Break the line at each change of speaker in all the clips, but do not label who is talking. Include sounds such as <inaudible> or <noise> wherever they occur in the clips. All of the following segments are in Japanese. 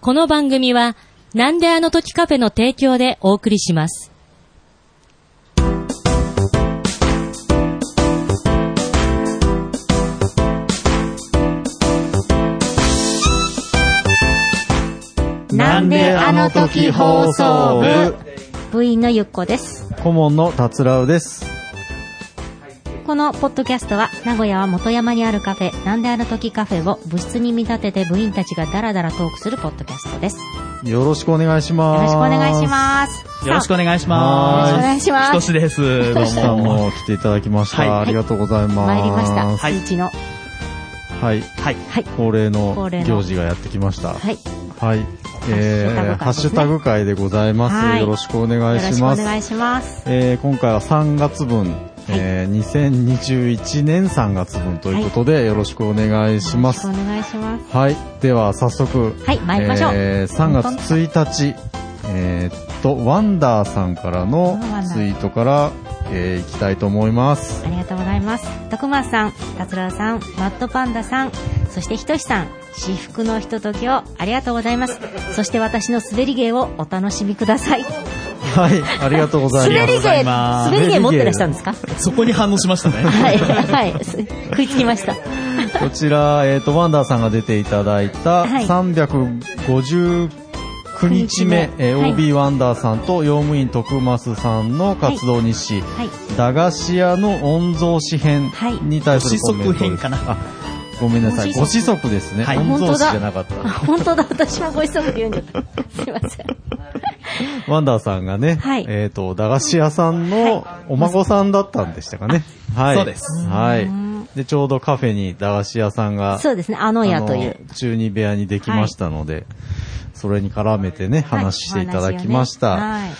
この番組は、なんであの時カフェの提供でお送りします。
なんであの時放送部
部員のゆっこです。
顧問の達郎です。
このポッドキャストは、名古屋は元山にあるカフェ、なんであの時カフェを部室に見立てて部員たちがダラダラトークするポッドキャストです。よ
よろしくお願いします。
ろしくお願いします。
よろしく
さ
お願いしま
はい
す。
よろしくお
願いします
ひとしです。どう
さん
も。
も来ていただきました。
はい
ありがとうございます。
あ、参りました。
は
はい
数値の。
い。
はい。
はい。
恒例の
恒例の
行事がやってきました。
はい。
はい。えー、ハ
ハ
ッ
ッ
シ
シ
ュ
ュ
タ
タ
グ会でございま
は
す。
い
よろしくお願い
よろし
し
くお
ます。
願いします。
えー、今回は3月分、えー、2021年3月分ということで、よろしくお願いしま
よ
す
ろ。しくお願いします。
はい。では、早速、
はい、参りましょう。
えー3月1日、えーっと、ワンダーさんからのツイートから、えー、いきたいと思います。
ありがとうございます。徳松さん、達郎さん、マットパンダさん、そしてひとしさん、至福のひとときをありがとうございます。そして私の滑り芸をお楽しみください。
はい、ありがとうござい
滑
ま
り
す。
芸、
ます
滑り芸持ってらっしゃるんですか
そこに反応しましたね。
はい、はい、す食いつきました。
こちら、えーっと、ワンダーさんが出ていただいた、
はい
359日目、えー
はい
OB ワンダーさんと、用務員徳増さんの活動日誌、
はい、
駄菓子屋の御曹司編
はい
に対するコメントです、
ご子息編かな
あごめんなさい。ご
ご
子
子
息ですね。
はい
御曹
本当
司
だ
じゃなかった。
本当だ、私もご一緒に言うんじゃない。すいません。
ワンダーさんがね、
はい
えっ、と、駄菓子屋さんのお孫さんだったんでしたかね。はい。
そうです
はい
うん。
で、ちょうどカフェに駄菓子屋さんが、
そうですね、あの
あ
や
の
という。
中二部屋にできましたので、それに絡めてね、話していただきました。
お
はい、
話をね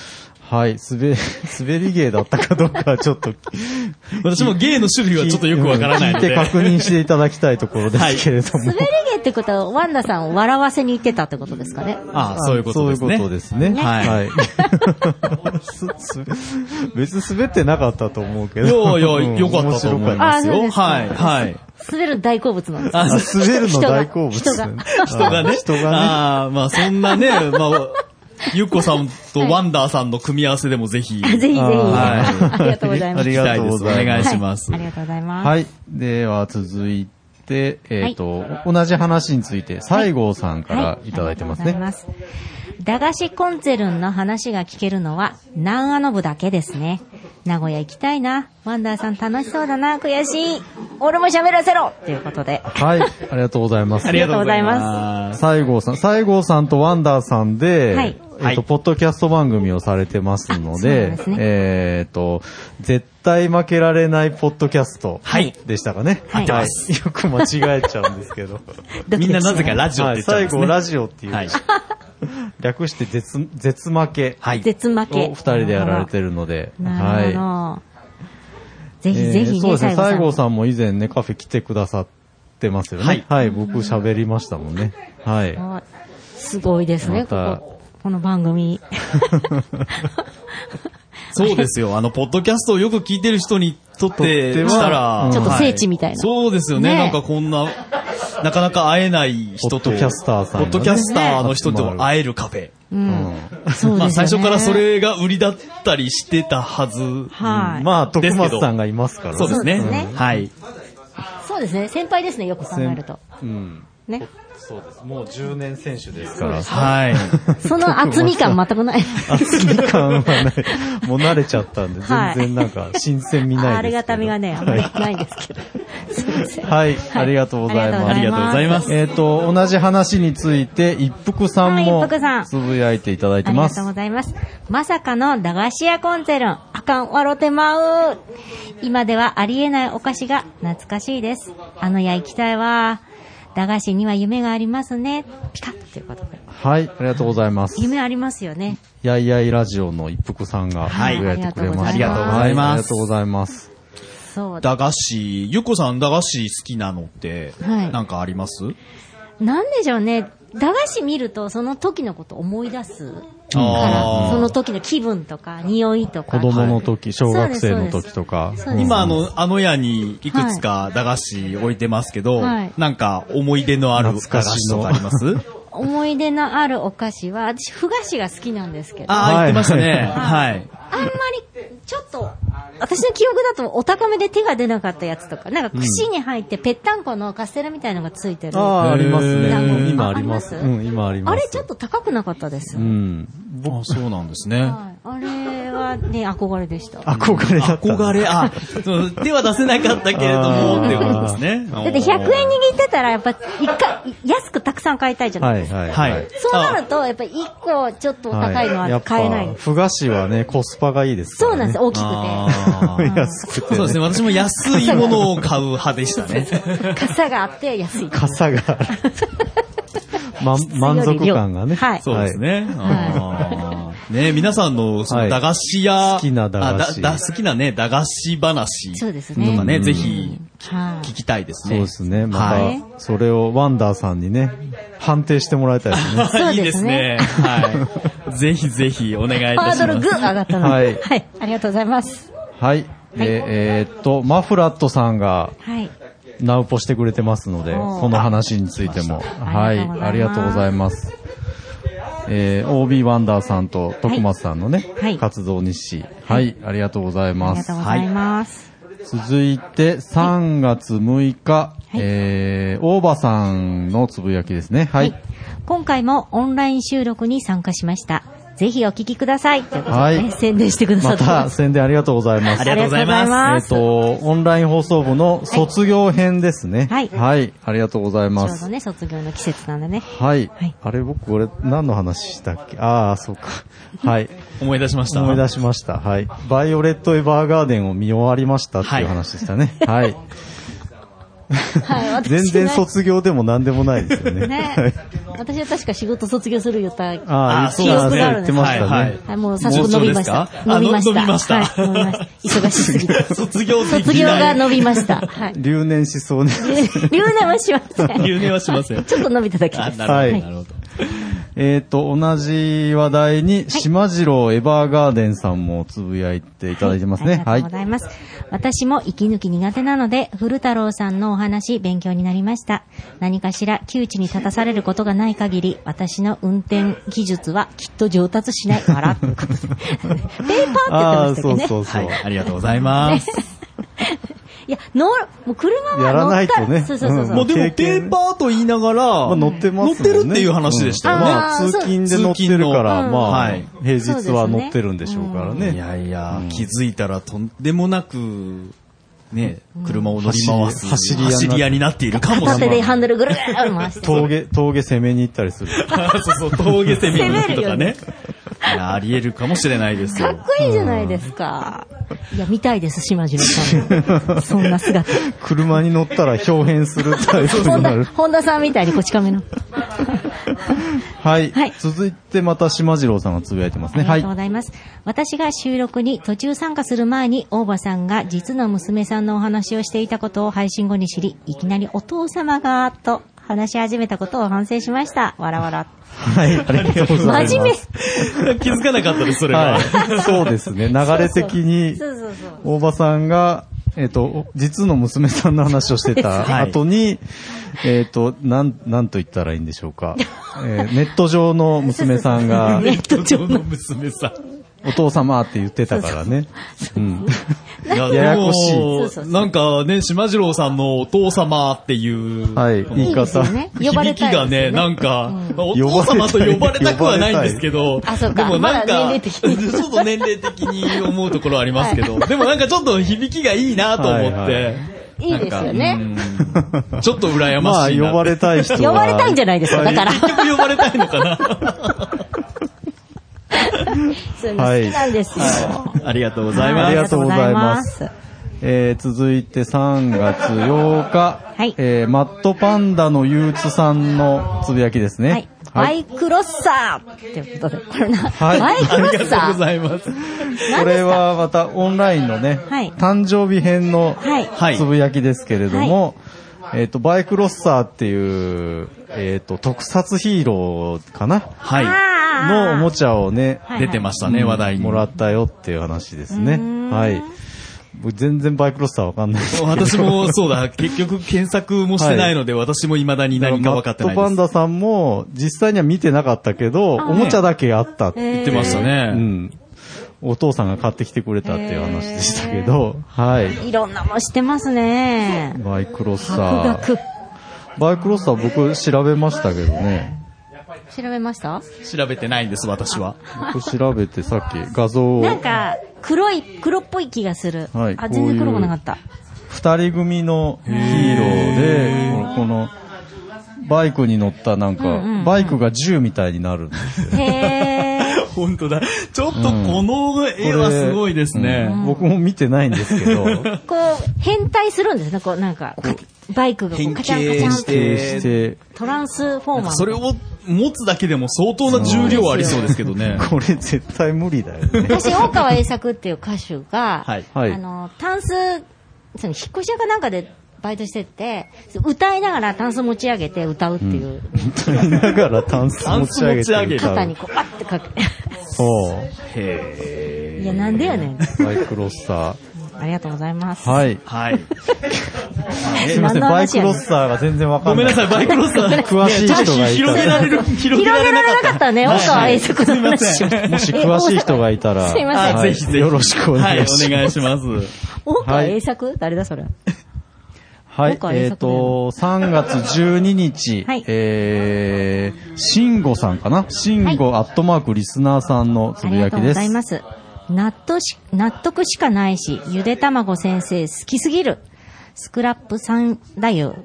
はい
滑、 <laughs> 滑り芸だったかどうかはちょっ
<laughs>
と、
私も芸の種類はちょっとよくわからないの
聞いて
で。
確認していただきたいところですけれども。
滑り芸ってことは、ワンダさんを笑わせに行ってたってことですかね。
ああ、そういうことです
そうい
ね。
うことですね。
ね
<laughs>
はい。すす別に滑ってなかったと思うけど。
ようよう、よかったと思います
あそう
よ。
ですか
はい、はい。
滑る大好物なんです。
面白かった。あ滑るの大好物
人が人
人
人がね。
人がね。
ああ、まあそんなね、まあ、ゆっこさんとワンダーさんの組み合わせでも <laughs> ぜひ。
ぜひぜひ。
は
ありがとうございます。
ありがとうございます
お願いします
はい。ありがとうございます。
はい。では続いて、えっと、同じ話について、西郷さんか
は
らいただいてます
ありが
ね。
とうございます駄菓子コンツェルンの話が聞けるのは、南アノ部だけですね。名古屋行きたいな。ワンダーさん楽しそうだな。悔しい。俺も喋らせろということで。
はい。ありがとうございます
あ。りがとうございます。
西郷さん、西郷さんとワンダーさんで、
はい
え
は
っ
い
と、ポッドキャスト番組をされてます
あ
の
そうなん
で、
ですね
えっと、絶対負けられないポッドキャスト
はい
でしたかね。
はい
はい、よく間違えちゃうんです
<laughs>
けど。
ドキドキし
みんななぜかラジオっ
は
て
い、
言っちゃう
最
んです
後
ね。
ラジオっていう、
はい。
<laughs> 略して絶、絶負け
はい。
絶負け。
を二人でやられてるので、
なるほど。
は
ぜ
い。
ひぜ
えー
ひ
そ
ね、
うですね、
西郷
西郷
さん。
さんも以前ね、カフェ来てくださってますよね。
はい
はい、僕喋りましたもんね。はい。
あすごいですね、
また
ここ。この番組。
そうですよ。あの、ポッドキャストをよく聞いてる人にとっ
とって
て
は
したら
う、んちょっと
聖地みたいな
そうですよね。
ね
なんかこんな、なかなか会えない人と、
ポッドキャスターさんがね
ポッドキャスターの人と会えるカフェ。
うん。そうですよね。
まあ、最初からそ。れが売りだったりしてたはず。
はい。
まあ、徳
ですけど
松さんがいますから
そうですね。
そうですね
はい。
そうですね。先輩ですね、よく考えると。
うん。
ね。
そうです。もう10年選手ですか
<laughs>
ら。
はい。
その厚み感全くない。
厚み感はない。もう慣れちゃったんで、
は
全
い
然なんか新鮮味ないですけど。
ありがたみがね、あんま
は
り
い
ないですけど。すいません。
はい、ありがとうございます。
ありがとうございます。
えっ、と、同じ話について、一服さん
は
も
い一服さん
つぶやいていただい
あ
て
り
ま
が
す
とう。ございます。まさかの駄菓子屋コンセルン。あかん、笑てまう。今ではありえないお菓子が懐かしいです。あの屋行きたいわ。駄菓子には夢がありますね。ピカッということで。
はい、ありがとうございます。
夢ありますよね。
やいやいラジオの一服さんがつ
はい
ぶやいてくれました。
ありがとうご
は
ざい
あ
ます
りがとうございます。
そうだ。
駄菓子、ゆっこさん駄菓子好きなのって、
はい
なんかあります
なんでしょうね。駄菓子見るとその時のこと思い出すから
あ、ー
その時の気分とか、匂いとか。
子供の時、小学生の
そうで
時
す
とか。
そうです
今あの、あの屋にいくつか駄菓子置いてますけど、
はい
<laughs>
なんか思い出のある駄菓子とかあります
思い出のあるお菓子は、私、ふ菓子が好きなんですけど、
ああ、言ってましたね。
は
はい。
あんまり、ちょっと、私の記憶だとお高めで手が出なかったやつとか、なんか串に入ってぺったんこのカステラみたいのがついてる。
ああ、あります
へ
ね。
ー
今あります。
ああ
う
ります
ん、今あります。
あれちょっと高くなかったです。
うん。
あそうなんですね。
はい、あれはね、憧れでした。だ
憧れだった。
憧れ、あ、そう手は出せなかったけれども、
あー
っていうことですね。だ
って100円握ってたら、やっぱ、一回、安くたくさん買いたいじゃない
は
で
い
すか。
はい。
はい。
そうなると、やっぱ一個ちょっとお高いのは買えないんです。
ふ菓子はね、コスパがいいですから
そうなんです、
ね。
大きく
あ
<laughs>
ー
安くて、ね。
<laughs> そうですね。私も安いものを買う派でしたね。
<laughs>
て。傘があって安い。
傘がある。ま、満足感がね。
はい
そうですね。あーね皆さんの、そ
は
の、
い
駄菓子屋、
好きな駄菓子
あだだ好きなね、駄菓子話
そうですね
とかね、ぜひ、
はい
聞きたいです
そ
ね。
うですね。ま
はい
た、それをワンダーさんにね、判定してもらいたい
<laughs>
ですね。
そう
いい
で
ですす
ね
ね。 <laughs> はい。ぜひぜひお願いいたしま
ハー
す。
ドルぐー上がったの
は
で。
い
はい。ありがとうございます。
はい。で、えーっと、マフラットさんが、
はい。
ナウポしてくれてますので、
おー
この話についても。
あ
はい。
あ
あ
り
り
がと
がと
う
う
ご
ご
ざ
ざ
い
います。えー、OB ワンダーさんと徳松さんのね、
はい
活動日誌。はい。ありがとうござい
あり
ま
が
す
とう。ございます。
続いて、3月6日、
い
えー、大場さんのつぶやきですね。は
はいい。。今回もオンライン収録に参加しました。ぜひお聞きください。ということでね
はい
宣伝してくださ
ま
った。
た、宣伝ありがとうございます。
ありがとうございます
え
ありが
っ、と、オンライン放送部の卒業編ですね。
はい
はい。ありがとうござい
ちょ
ま
うど
す。
ね、卒業の季節なんでね。
はい。
はい
あれ、僕、これ、何の話したっけああ、そうか。 <laughs> はい。
思い出しました。
思い出しました。はい。バイオレット・エヴァーガーデンを見終わりましたっていう話でしたね。はい。
はい、私
全然
ね
卒業でも何でもないですよね。
<laughs> ね。私は確か仕事卒業する言った。は
ああ、
ー
そうな
記
んです
憶があ
ね。
るん
言っ
で
て
す
ましたね。
はいはい
い、もう早速伸びました
もうそうです。か
伸びました。
あの伸びました
はい、伸びました。忙しすぎて。
<laughs> 卒業できない。
卒業が伸びました。はい。
留年しそうね。
留年はしません。
留年はしません
ちょっと伸びただけ
あ
です。
なる
は
ほ
い
ど、なるほど。
<laughs> えっと、同じ話題に、島次郎エヴァーガーデンさんもつぶやいていただいてますね。
あ
は
り
い
がとうご。ざいます。私も息抜き苦手なので、古太郎さんのお話、勉強になりました。何かしら窮地に立たされることがない限り、私の運転技術はきっと上達しない。
<laughs>
笑ってことでペーパー
ああ
って言ってましたっ
ー、
け
そう
ね。
そう
は
そう
い。。ありがとうございます。
いや、乗る、もう車は乗った
やらないとね
そうそうそうそう。
ん
もうでも
経
ペ
験
ーパーと言いながら、
まあ乗ってますもん
乗
ね。
ってるっていう話でしたよ
うん
ね。
まあ
あー
通勤で
そう
乗ってるから、
通勤の
まあ、
はい
平日は乗ってるんでしょうからね。
いやいや、気づいたらとんでもなく、ね、車を乗り回す
走り走
走
り
り
屋
屋になっているかも
片手
しれな
で
い。
ハンドルぐるぐる回して。
峠、峠攻めに行ったりする。
<laughs> そうそう、峠攻めに行くとか
攻め
ね。いや、あり得るかもしれないです
か
よ。
っこいいじゃないですか。いや、見たいです、島次郎さんの。
<laughs>
そんな姿。
車に乗ったら表変するタイプに
本
なる
田、。本田さんみたいにこち亀の。
はい。
はい
続いてまた島次郎さんがつぶやいてますね。
あ
は
りがと
い
う。ございます。私が収録に途中参加する前に、大場さんが実の娘さんのお話をしていたことを配信後に知り、いきなりお父様が、と話し始めたことを反省しました。わらわら。
はい。ありがとうございます。
真面目。
<laughs> 気づかなかったです、それが。
はい。そうですね。流れ的に、
そうそうそう。
大場さんが、えっ、と、実の娘さんの話をしてた
はい
後に、えっ、と、なん、なんと言ったらいいんでしょ
<laughs>
うか。えーネット上の娘さんが、
ネット上の娘さん。
お父様って言ってたからね。うん。
いや、
やや
でも
こしい
そうそうそう
なんかね、島次郎さんのお父様っていう、
はい。言い
いです
方
よ。ね。呼ばれ
響き
たいです
が
よ
ね、なんか、まあお
呼ば
父
れたい
様と呼ばれたくはないんですけど、
<laughs> ばれたいあそうか
でもなんか、
まだ年齢的
<laughs>
に
ちょっと年齢的に思うところはありますけど、でもなんかちょっと響きがいいなと思って、
はいはい
いいですよね。
うん
<laughs>
ちょっと羨
ま
ま
あ、
しい
呼
な。
ばれたい人は。
呼ばれたいんじゃないですか、だから。
結局呼ばれたいのかな
そういうの好きなんですよ。
ありがとうござ
<laughs>
い
あ
ま
り
す。
がとうございま
ありがとう
す
ございま
えー続いて3月8日、
はい
えーマットパンダの憂鬱さんのつぶやきです
はい
ね。。
バイクロッサーっていうことで、これな、
はい
バイク
あ
ロ
り
ッ
がとうご
サ
ざいます。
これはまたオンラインのね、
はい
誕生日編の
はい
はい
つぶやきですけれども、えっ、と、バイクロッサーっていう、えっ、と、特撮ヒーローかな
ー
はい。
あー
のおもちゃをね、
はい
出てましたね、話題に。
もらったよっていう話ですね。
ーん
はい。僕全然バイクロスターわかんない。
<laughs> 私もそうだ、結局検索もしてないので、私も未だに何か分かってない
マット
で
パン
す。
ダさんも実際には見てなかったけど、
あ
おもちゃだけあったって
えー
言ってました
う
ね。
ん。お父さんが買ってきてくれたっていう話でしたけど、はい。
いろんなもんしてますね。
バイクロスター。
博学。
バイクロスター僕調べましたけどね。
調べました
調べてないんです、私は。
僕調べてさっき画像を。
なんか、黒い、黒っぽい気がする。
はい
あ、全然黒くなかった。
二人組のヒーローで、この、バイクに乗ったなんか、バイクが銃みたいになるんです
<laughs>
よ。
へー。
本当だ。ちょっとこの絵はすごいです
う
ね。
ん僕も見てないんですけど、
<laughs>
こう、変態するんですね。こう、なんか、かバイクがこうカチャンカチャンっ
変
て。
停止して、
トランスフォーマー。
それを持つだけでも相当な重量ありそうですけどね。
これ絶対無理だよ
<laughs>
ね。
私、大川栄作っていう歌手が、
はい
はい
あの、タンス、その、引っ越し屋かなんかでバイトしてて、歌いながらタンス持ち上げて歌うっていう、
取りながらタンス持ち上げて
タンス持ち上げる
歌う
肩にこう、パッてかけ、
そう。
へ
いや、なんでやねん。
バイクロスター。
ありがとうございます。
はい。
ー。はい。
すいませ
何の
ん、バイ
話
ク
やねん
ロスターが全然わか
ご
んな
め
い。
んなさい、バイクロスター。
詳しい人がい
広げ
た
ら
<laughs>
<laughs>
れる、広
広
げ
げ
ら
ら
れ
れ
なかっ
なかったね、大川栄作の話を。
ら、もし詳しい人がいたら、
<laughs> すいません
あ
は
ぜひぜひ
よろしくお
はい、
願い
お
します。
願いします。
大川栄作誰だそれ。
はい
僕、は
えっ、
遠足だ
と、3月12日、
はい
えー、しんごさんかなしんごアットマークリスナーさんのつ
あ
ぶ
りが
や
と
き
うご
です。
ざいます。納得し、納得しかないし、ゆで卵先生好きすぎる。スクラップ三太夫。ん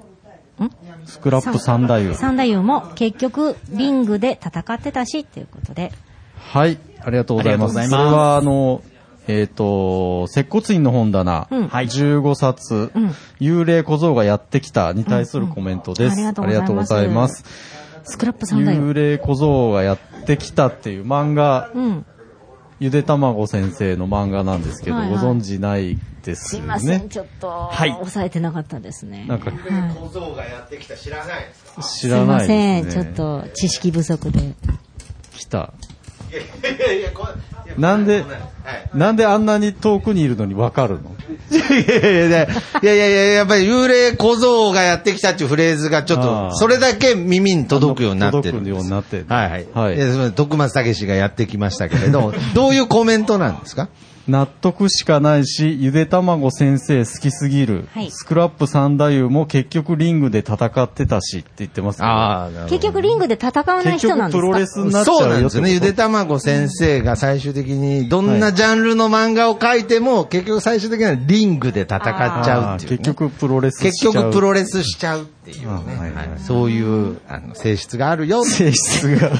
スクラップ三太夫。
三太夫も結局リングで戦ってたし、ということで。
はい、ありがとうございます。
ありがと
それ
うございます
は、あの、えっ、と、接骨院の本棚、
うん
はい、15冊、
ん
幽霊小僧がやってきたに対するコメントです。
うんうんありがとうございます
ありがとうございます
スクラップ三太
幽
夫。
霊小僧がやってきたっていう漫画、
うん。
ゆでたまご先生の漫画なんですけど、
はいはい
ご存知ないです
すい
よ
ませ
ね
ん、。ちょっと、
はい
抑えてなかったですね。
なんか
はい
小僧がやってきた知らないですか
知らないです、
す
ね。
いません、ちょっと知識不足で。
来た。
いやいやいや、こいや
なんで
こはい。
なんであんなに遠くにいるのにわかるの
いやいやいや、いやいやいや、やっぱり幽霊小僧がやってきたっていうフレーズがちょっ
あー
と、それだけ耳に届くようになって
届
るん
く
で
よう
す。
になってる。
はいはい。
はい
えその徳松武史がやってきましたけれ
<laughs>
ど、どういうコメントなんですか
納得しかないし、ゆで卵先生好きすぎる。
はい
スクラップ三太夫も結局リングで戦ってたしって言ってますけど
あ、なるほど
結局リングで戦わない
結
人なん
局
で
プ
すか
ロレスになっちゃうよ
そうなんですよね。ゆ
って
で
こ
たまご先生が最終的に、どんなジャンルの漫画を描いても、結局最終的にはリングで戦っち
と
ゃうっていうね、
あー結局プロレス
結局
ロ
プロレスしちゃうっていうね。
あはいはい
はいそういうあの性質があるよって
性質
<laughs>
がある。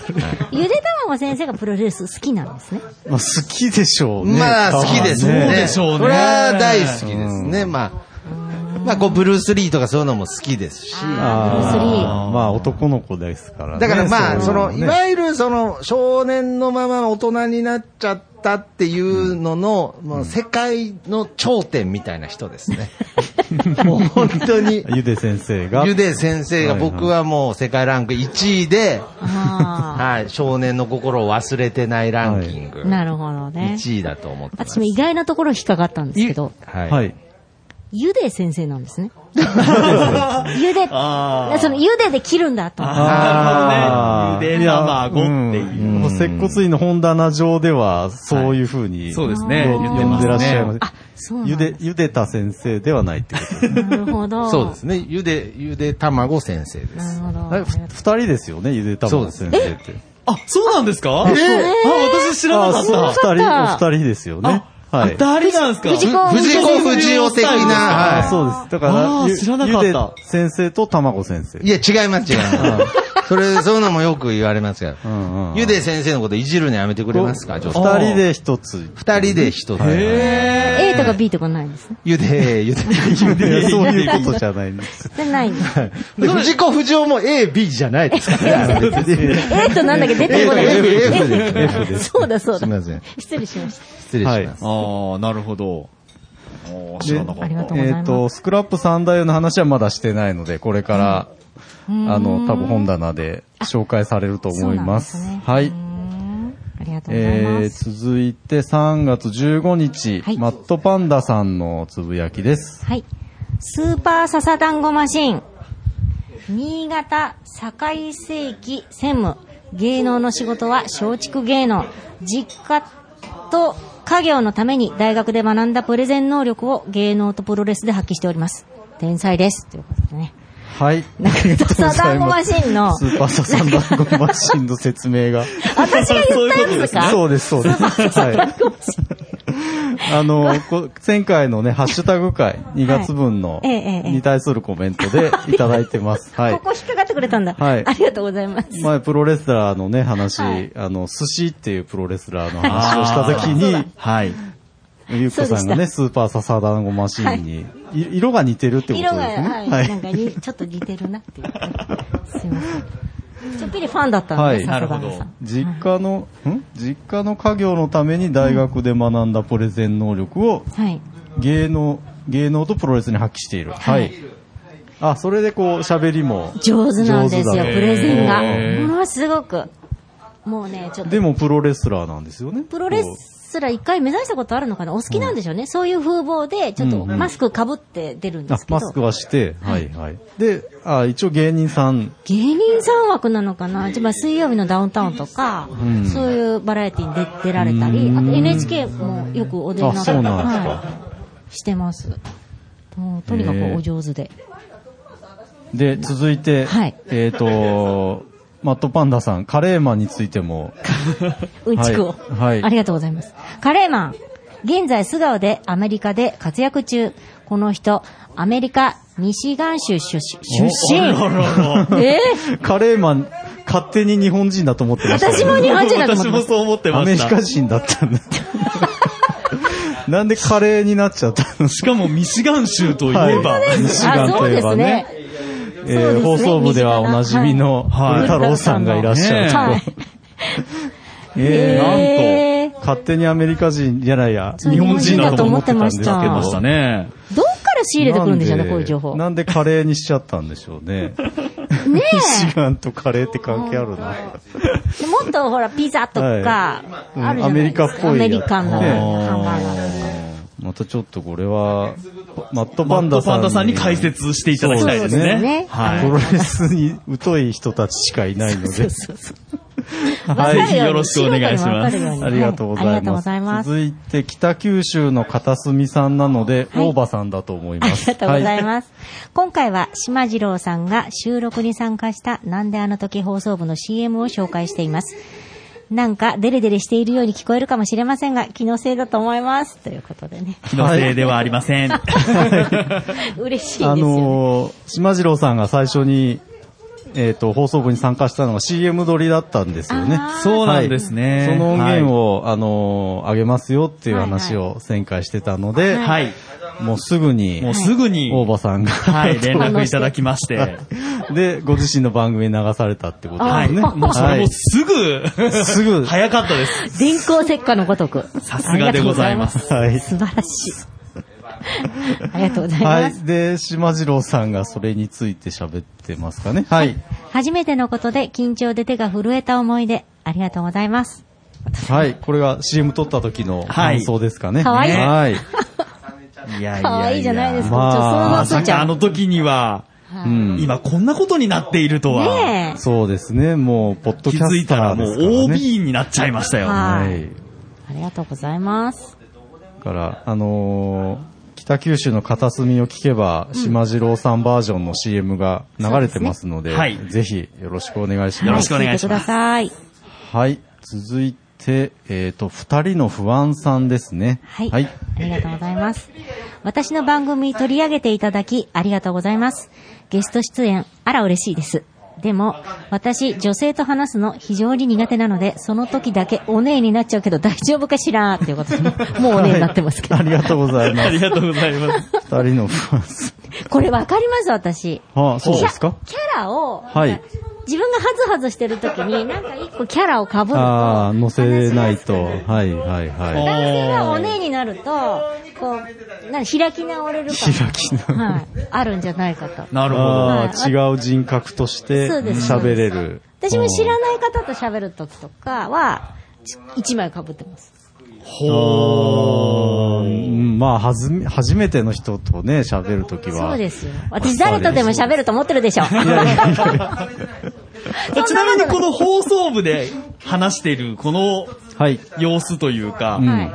ゆで卵先生がプロレス好きなん
<laughs>
ですね。
まあ好きでしょうね。
まあ好きですね。
多分
でしょうね
これは大好きですね。まあ、まあこうブルース・リーとかそういうのも好きですし。
あ
ブルースリ
ーまあ男の子ですからね。
だからまあ、その、
う
いわゆるその、少年のまま大人になっちゃったっていうのの、もう世界の頂点みたいな人です <laughs> ね。もう本当に、
ゆで先生が。
ゆで先生が僕はもう世界ランク1位で、
あ
はい、少年の心を忘れてないランキング
あ。。なるほどね。
1位だと思ってます
私も。意外なところ引っかかったんですけど、
はい。
はい。
ゆで先生なん
<laughs>
ですね。ゆで、
あー
そのゆでで切るんだと。
あなるほどね。ゆで卵って
いや
いう。
んこの接骨院の本棚上では、そういうふうに、
そうですね。言って
呼ん
ま
でらっし
す
ゃい
ね
ま。
あ、そうなん
ゆ
だ
で、ゆでた先生ではないってこ
<laughs>
とですね。
なるほど。
そうですね。ゆで、ゆで卵先生で
な
す。
るほ
あれ
ど。
ふ二人ですよね、ゆでたま先生って。
あ、そうなんですかえあ、私知らなか
あ、
っ
そう、
た
二。人、お二人ですよね。はい。
誰なんですか
藤子
藤子不二雄的な、
あ
は
そうです。だ
あ
から、
ー
ゆ
知らなかった
ゆで先生とたまご先生
い。。いや、違います、違います。それ、そういうのもよく言われますか
う
ら。
んうん。
ゆで先生のこといじるのやめてくれますか、ちょっと。
二人で一つ。
二人で一つ。
え
A とか B とかないんですね。
ゆで、ゆで。
いやそういうことじゃないんです。
で、ないんです。
で <laughs> 藤子不二雄も A、B じゃないですから。
A となんだっけ出てこない。
F
<laughs>
F です
F ですそうだそう
すみ
だ。
ません。
失礼しました。
失礼します。
ああ、なるほど。おー知らなか
ありが
っ
と
た
う。ござい
え
ます
っと、スクラップ三代の話はまだしてないので、これから、あの、多分本棚で紹介されると思いま
そうなん
す
ですね。
はい。
うーんありがとうござい
え
ます。
ー続いて3月15日、
はい
マットパンダさんのつぶやきです。
はい。スーパー笹団子マシン。新潟堺世紀専務。芸能の仕事は松竹芸能。実家と家業のために大学で学んだプレゼン能力を芸能とプロレスで発揮しております。天才です。ということでね。
はい。
なんか
ありがとうございます
サザンゴマシンの
スーパーサザンゴマシンの説明が。
私が言ったんですか
そうです、そうです。はい。あの、こ前回のね、ハッシュタグ会、2月分の、
ええええ
に対するコメントでいただい
<laughs>
てます。はい
こ。こ引っかかってくれたんだ。
はい
ありがとうございます。
前、プロレスラーのね、話、
はい
あの、寿司っていうプロレスラーの話をしたときに、
はい。
ゆうこさんがね、スーパーササダンゴマシンに、い色が似てるってことです
色が、は
ね。
い、なんかに、ちょっと似てるなっていう。すいません。ちょっぴりファンだったんで、
はい
笹
なる
川
ほ
さ
ど
ん。
実家の、ん実家の家業のために大学で学んだプレゼン能力を
はい。
芸能、芸能とプロレスに発揮している。はい。あ、それでこう、喋りも。
上手なんですよ、
上手だ
プレゼンが。
へー
ものすごく。もうね、ちょっと
で。もプロレスラーなんですよね。
プロレ
こう
スラー一回目指したことあるのかなお好きなんでしょうね。そういう風貌で、ちょっとマスク被って出るんで
あ
すけど。
マスクはして、はいはい。で、あ一応芸人さん、
芸人さん枠なのかな、まあ、水曜日のダウンタウンとか、
ん
そういうバラエティに出出られたり、あと NHK もよくお出にな
あ
った
そう
り、
なんですか
はい、してます。もうとにかくお上手で。
で、続いて、
はい
えっ、と、マットパンダさん、カレーマンについ
<laughs>
ても、
うんちくを、
はいはい
ありがとうございます。カレーマン。現在素顔でアメリカで活躍中。この人、アメリカ、ミシガン州出身。出身え
カレーマン、勝手に日本人だと思って
ー、
ました、
私も日本人だと思っ
私
てま
も
す。
そう思って
ア
ま
メリ
した。
カ人だったんだ。なんでカレーになっちゃったんです
しかもミシガン州といえば、
はいミシガンといえばね
あそう。
え
すね
ー放送部ではおなじみの、
は
は
い
い、太郎さんがいらっしゃると。
はい。
え
へ
ー、なんと、勝手にアメリカ人じゃないや、
そう
日本人だと思ってたんですけ
日本人だと思って
ましたね。
どっから仕入れてくるんでしょうね、こういう情報。
なんでカレーにしちゃったんでしょうね。ミシガンとカレーって関係あるな。
でもっとほら、ピザとか、
う
ある
ん
じゃないですか。
ア
ア
メ
メ
リ
リ
カ
カ
っ
ン
ぽいや
の
つね
ハンバーガーとか。
またちょっとこれは、マット
マ
パン
ッ
ダ
ト
さん
パンダさんに解説していただきたいです
そうです
ね
ね。
は
プ
い。
ロレスに疎い人たちしかいないので。
わかるように
はいよろしくお願いしま
素人でもわか
す
るように
ありがとうございます。
はありがとうございます。
続いて、北九州の片隅さんなので、
はい
大場さんだと思い
あ
ま
り
す。
がとうござい
は
ます。今回は島次郎さんが収録に参加したなんであの時放送部の CM を紹介しています。なんかデレデレしているように聞こえるかもしれませんが、気のせいだと思います。ということでね。
気のせいではありません。
嬉しいですよ、
あ
ね。
のー、島次郎さんが最初に、えっ、と、放送部に参加したのが CM 撮りだったんですよね。
あー
そうなんですね
はいその音源を、あのー、あげますよっていう話
は
を前回してたので、
はい。
もうすぐに
もう、すぐに、
大場さんが、
はい、連絡いただきまして。
<laughs> で、ご自身の番組に流されたってことで
はい。
すね。 <laughs>
もうそれ
は
も
い
すぐ、
すぐ、
<laughs> 早かったです。
電光石火のごとく。さ
すがでございます
はい。
素晴らしい。ありがとうござい
は
ま
い。
す。
で、島次郎さんがそれについて喋ってますかね。はい。
初めてのことで緊張で手が震えた思い出、ありがとうございます。
はい。これが CM 撮った時の感想ですかね。
可愛い
はい。
いやいや
可愛いじゃないですか。
まあ
ちょっと想像
ま
つ
さ
いち
か
ゃ
あ
う。
の時には、
うん。
今こんなことになっているとは、
ね
そうですね。もう、ポッド
気
キャ
づ
ス
い
タ
た
ー
ら
で
も
す
う
から、ね。
OB になっちゃいました
え。
よ。
は。
はいい。
ありがとうございます。
から、あのー北九州の片隅を聞けば、島次郎さんバージョンの CM が流れてますので、
そうですねはい
ぜひよろしくお願いします。
よろしくお願いします
は聞てください。
はい。続いて、えっ、と、二人の不安さんですね。
はい、
はい。
ありがとうございます。私の番組取り上げていただき、ありがとうございます。ゲスト出演、あら嬉しいです。でも、私、女性と話すの非常に苦手なので、その時だけお姉になっちゃうけど大丈夫かしらっていうことで、もうお姉になってますけど。
ありがとうございま
<laughs> あ
<laughs>
す。
りがとうございます。
二人の不安さ
これわかります、私。
ん。あ、そうですか
キャキャラを、
はい
自分がハズハズしてる時に、なんか一個キャラを被ると、
ああ、乗せないと。はい、はい、は <laughs>
男性がお姉になると、こう、なんか開き直れる
い。
か
開きな。
はい。あるんじゃないかと。
なるほど。
あ
は
あ、
い
違う人格として
そうです
喋れる。
私も知ら
い。
ない方と喋るときとかは、一枚被ってます。
ほうんまあ、はずみ、初めての人とね、喋るときは。
そうですよ。私誰とでも喋ると思ってるでしょ。
まあちなみにこの放送部で話しているこの
はい。
様子というか、
はい。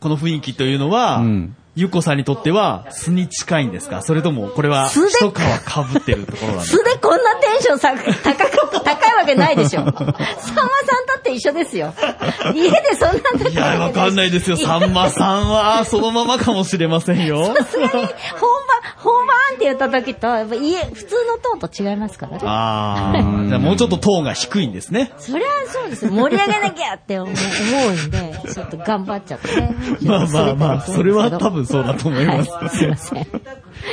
この雰囲気というのは、
うん
ゆっこさんにとっては素に近いんですかそれともこれは
素で
一皮被ってるところなんです
素でこんなテンションさ高く、高いわけないでしょ。さんまさんだって一緒ですよ。家でそんなん高いわけない
いや、わかんないですよ。さんまさんは、そのままかもしれませんよ。
さすがに、本番、本番って言った時と、やっぱ家、普通のトーンと違いますからね。
ああ、じゃあもうちょっとトーンが低いんですね。
そりゃそうですよ。盛り上げなきゃって思う思うんで、ちょっと頑張っちゃってね。
まあまあまあ、それは多分そうだと思います。
はい、すいません。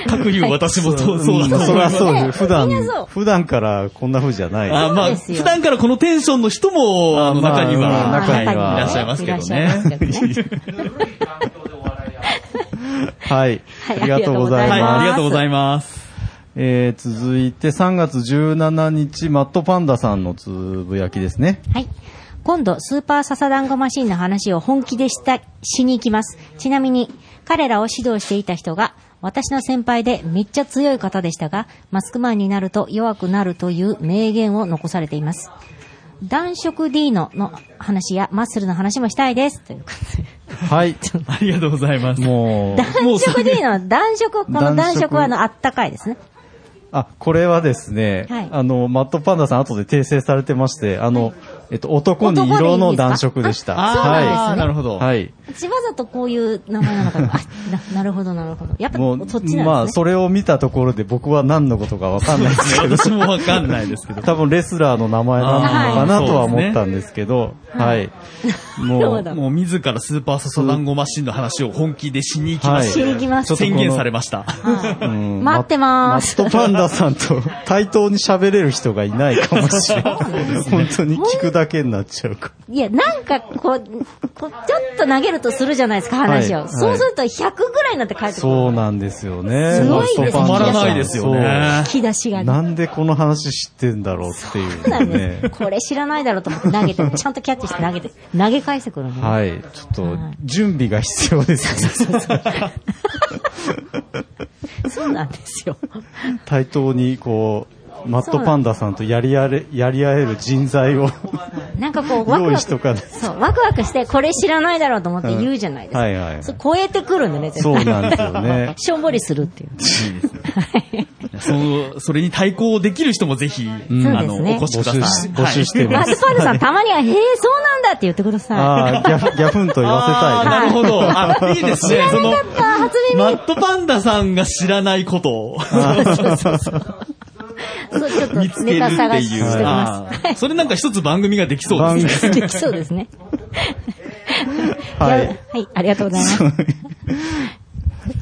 各流私もそうそうだ
んそ
と思い
り
ま
ゃ
す。
そうです。普段
みんなそう、
普段からこんな風じゃない。
あーま
そう
あ、
ですよ
普段からこのテンションの人も、あの、
まあ
中には、
まあ中にはい
らっしゃいますけど
いらっしゃいますけ
ね。
どね。
は
は
い。
い
ありがとうござい
はい、
ます。
ありがとうございます。
えー、続いて3月17日、マットパンダさんのつぶやきですね。
はい。今度、スーパーササダンゴマシンの話を本気でした、しに行きます。ちなみに、彼らを指導していた人が、私の先輩でめっちゃ強い方でしたが、マスクマンになると弱くなるという名言を残されています。暖色 D のの話やマッスルの話もしたいです。ということで
はい。
ありがとうござ
<laughs>
います。
もう、
も
暖
うそ
色
れ
D の暖色、この暖
暖色
色はあの、あったかいですね。
あ、これはですね、
はい
あの、マットパンダさん後で訂正されてまして、あの、えっと、男に色の暖色でした。
男でいいんですかあそうなんですね
は
あーなるほど。
い。はい。
私わざとこういう名前なのか
<laughs>
な。あななるほど、なるほど。やっぱ
もう、
そっち
ま
なん
あ、
ですね。
それを見たところで僕は何のことかわかんない <laughs> ですけど、
私もわかんないですけど。
多分レスラーの名前なのか
あ
な
ー
とは
そうですね
思ったんですけど、はい。
<laughs> なる
も
ほ
う、
ど
もう自らスーパーササダンゴマシンの話を本気でしに行きまし
はいしに
行きます
た。宣言されました。
はい
うん
待ってまーす
マットパンダさんと対等に喋れる人がいないかもしれない。本当に聞くだけになっちゃうか。
<laughs> いや、なんかこう、こうちょっと投げるとするじゃないですか、話を。
はい
そうすると100ぐらいになって帰ってくる。
そうなんですよね。
すごいですね
マットパンダさん
止まらない
ですよね
引き出し
そ
が
う
ね。
なんでこの話知ってんだろうっていう
なん
ね
で。すこれ知らないだろうと思って投げて、ちゃんとキャッチして投げて、投げ返してくるのね。
はい。ちょっと、準備が必要ですね。
そうなんですよ。
対等に、こう、マットパンダさんとやりあれ、やり合える人材
<laughs>
を。
なんかこう、ワク
用
ワ
意
ク。
しとかない
そう、ワクワクして、これ知らないだろうと思って言うじゃないですか。
はいはいはい
そう超えてくるんでね、絶
そ
対。
うなんですよね
しょんぼりするっていう。
その、それに対抗できる人もぜひ、あ
すね
の、お越し
募
くだ
集
さ
し
い。
募集して
マ
ま
ス
す。
パルさん、たまには、へえ、そうなんだって言ってください。
ああ、ギャフ、ギャフンと言わ
あ
せ
ー
たい
な
ね。
るほど。あ、いいです
<laughs>
ね。その、
あ初耳
マットパンダさんが知らないことを
そう、ちょっと
見つ
ネ
けるっ
タ
て
探し
い
し
う。
てま
あーそれなんか一つ番組ができそうですね。
す。でき <laughs> そうですね。
はい
やはい、ありがとうございます。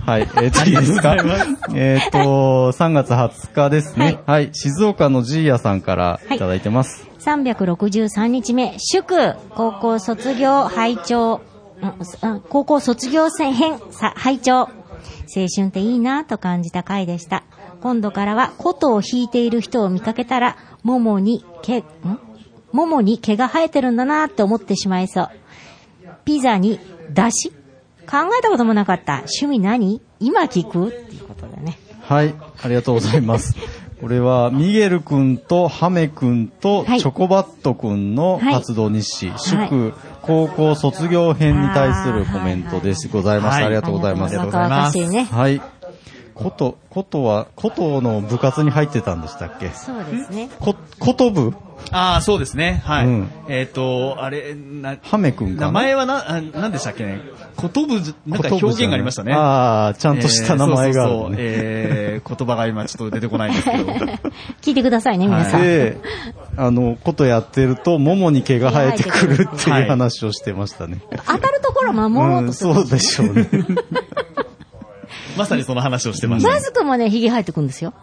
はい、えー、次ですか。えっと、3月20日ですね。はい、静岡のジーヤさんからいただいてます。
363日目、祝、高校卒業、拝聴、うんうん高校卒業戦編、さ拝聴。青春っていいなぁと感じた回でした。今度からは、琴を弾いている人を見かけたら、ももに毛、んももに毛が生えてるんだなぁって思ってしまいそう。ピザに、だし考えたこともなかった。趣味何今聞くっていうことだね。
はい、ありがとうございます。これは、ミゲル君とハメ君とチ
はい
ョコバット君の活動日誌、祝高校卒業編に対するコメントです。ございました。
は
あ
い
りがとうございます。
ありがとうござい
若々しいね。
はい。こと、ことは、ことの部活に入ってたんでしたっけ
そうですね。
こ、こと部
ああ、そうですね。はい。
うん
えっ、と、あれ、な、
ハメ君かな
名前はな、あなんでしたっけね。ことぶじ、なんか表現がありましたね。
ああ、ちゃんとした名前がある
えーそうそう
の
そう
ね。
えー言葉が今ちょっと出てこないんです
<laughs>
けど。
聞いてくださいね、皆さん。
で、あの、ことやってると、ももに毛が生えてくるっていう話をしてましたね。
当たるところは守ろう
う
と
ん、
する。
そうでしょうね。
まさにその話をしてました。
マスクもね、髭生えてくんですよ。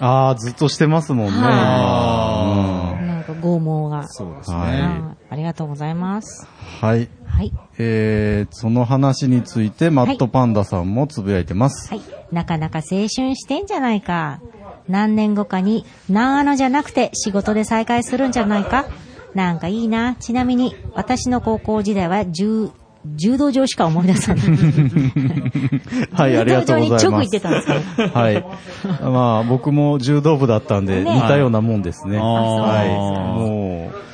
ああ、ずっとしてますもんね。
あ
なんか剛毛が。
そうですね。
は
あーありがとうございます。
い。はい。
はい。
えー、その話について、マットパンダさんもつぶやいてます。
はい。なかなか青春してんじゃないか。何年後かに、何あのじゃなくて仕事で再会するんじゃないか。なんかいいな。ちなみに、私の高校時代は柔、柔道場しか思い出さない。
はい、ありがとうございます。
柔道場に直行ってたんです
<laughs> はい。まあ、僕も柔道部だったんで、
ね
似たようなもんですね。
あ
はい。
そうです
も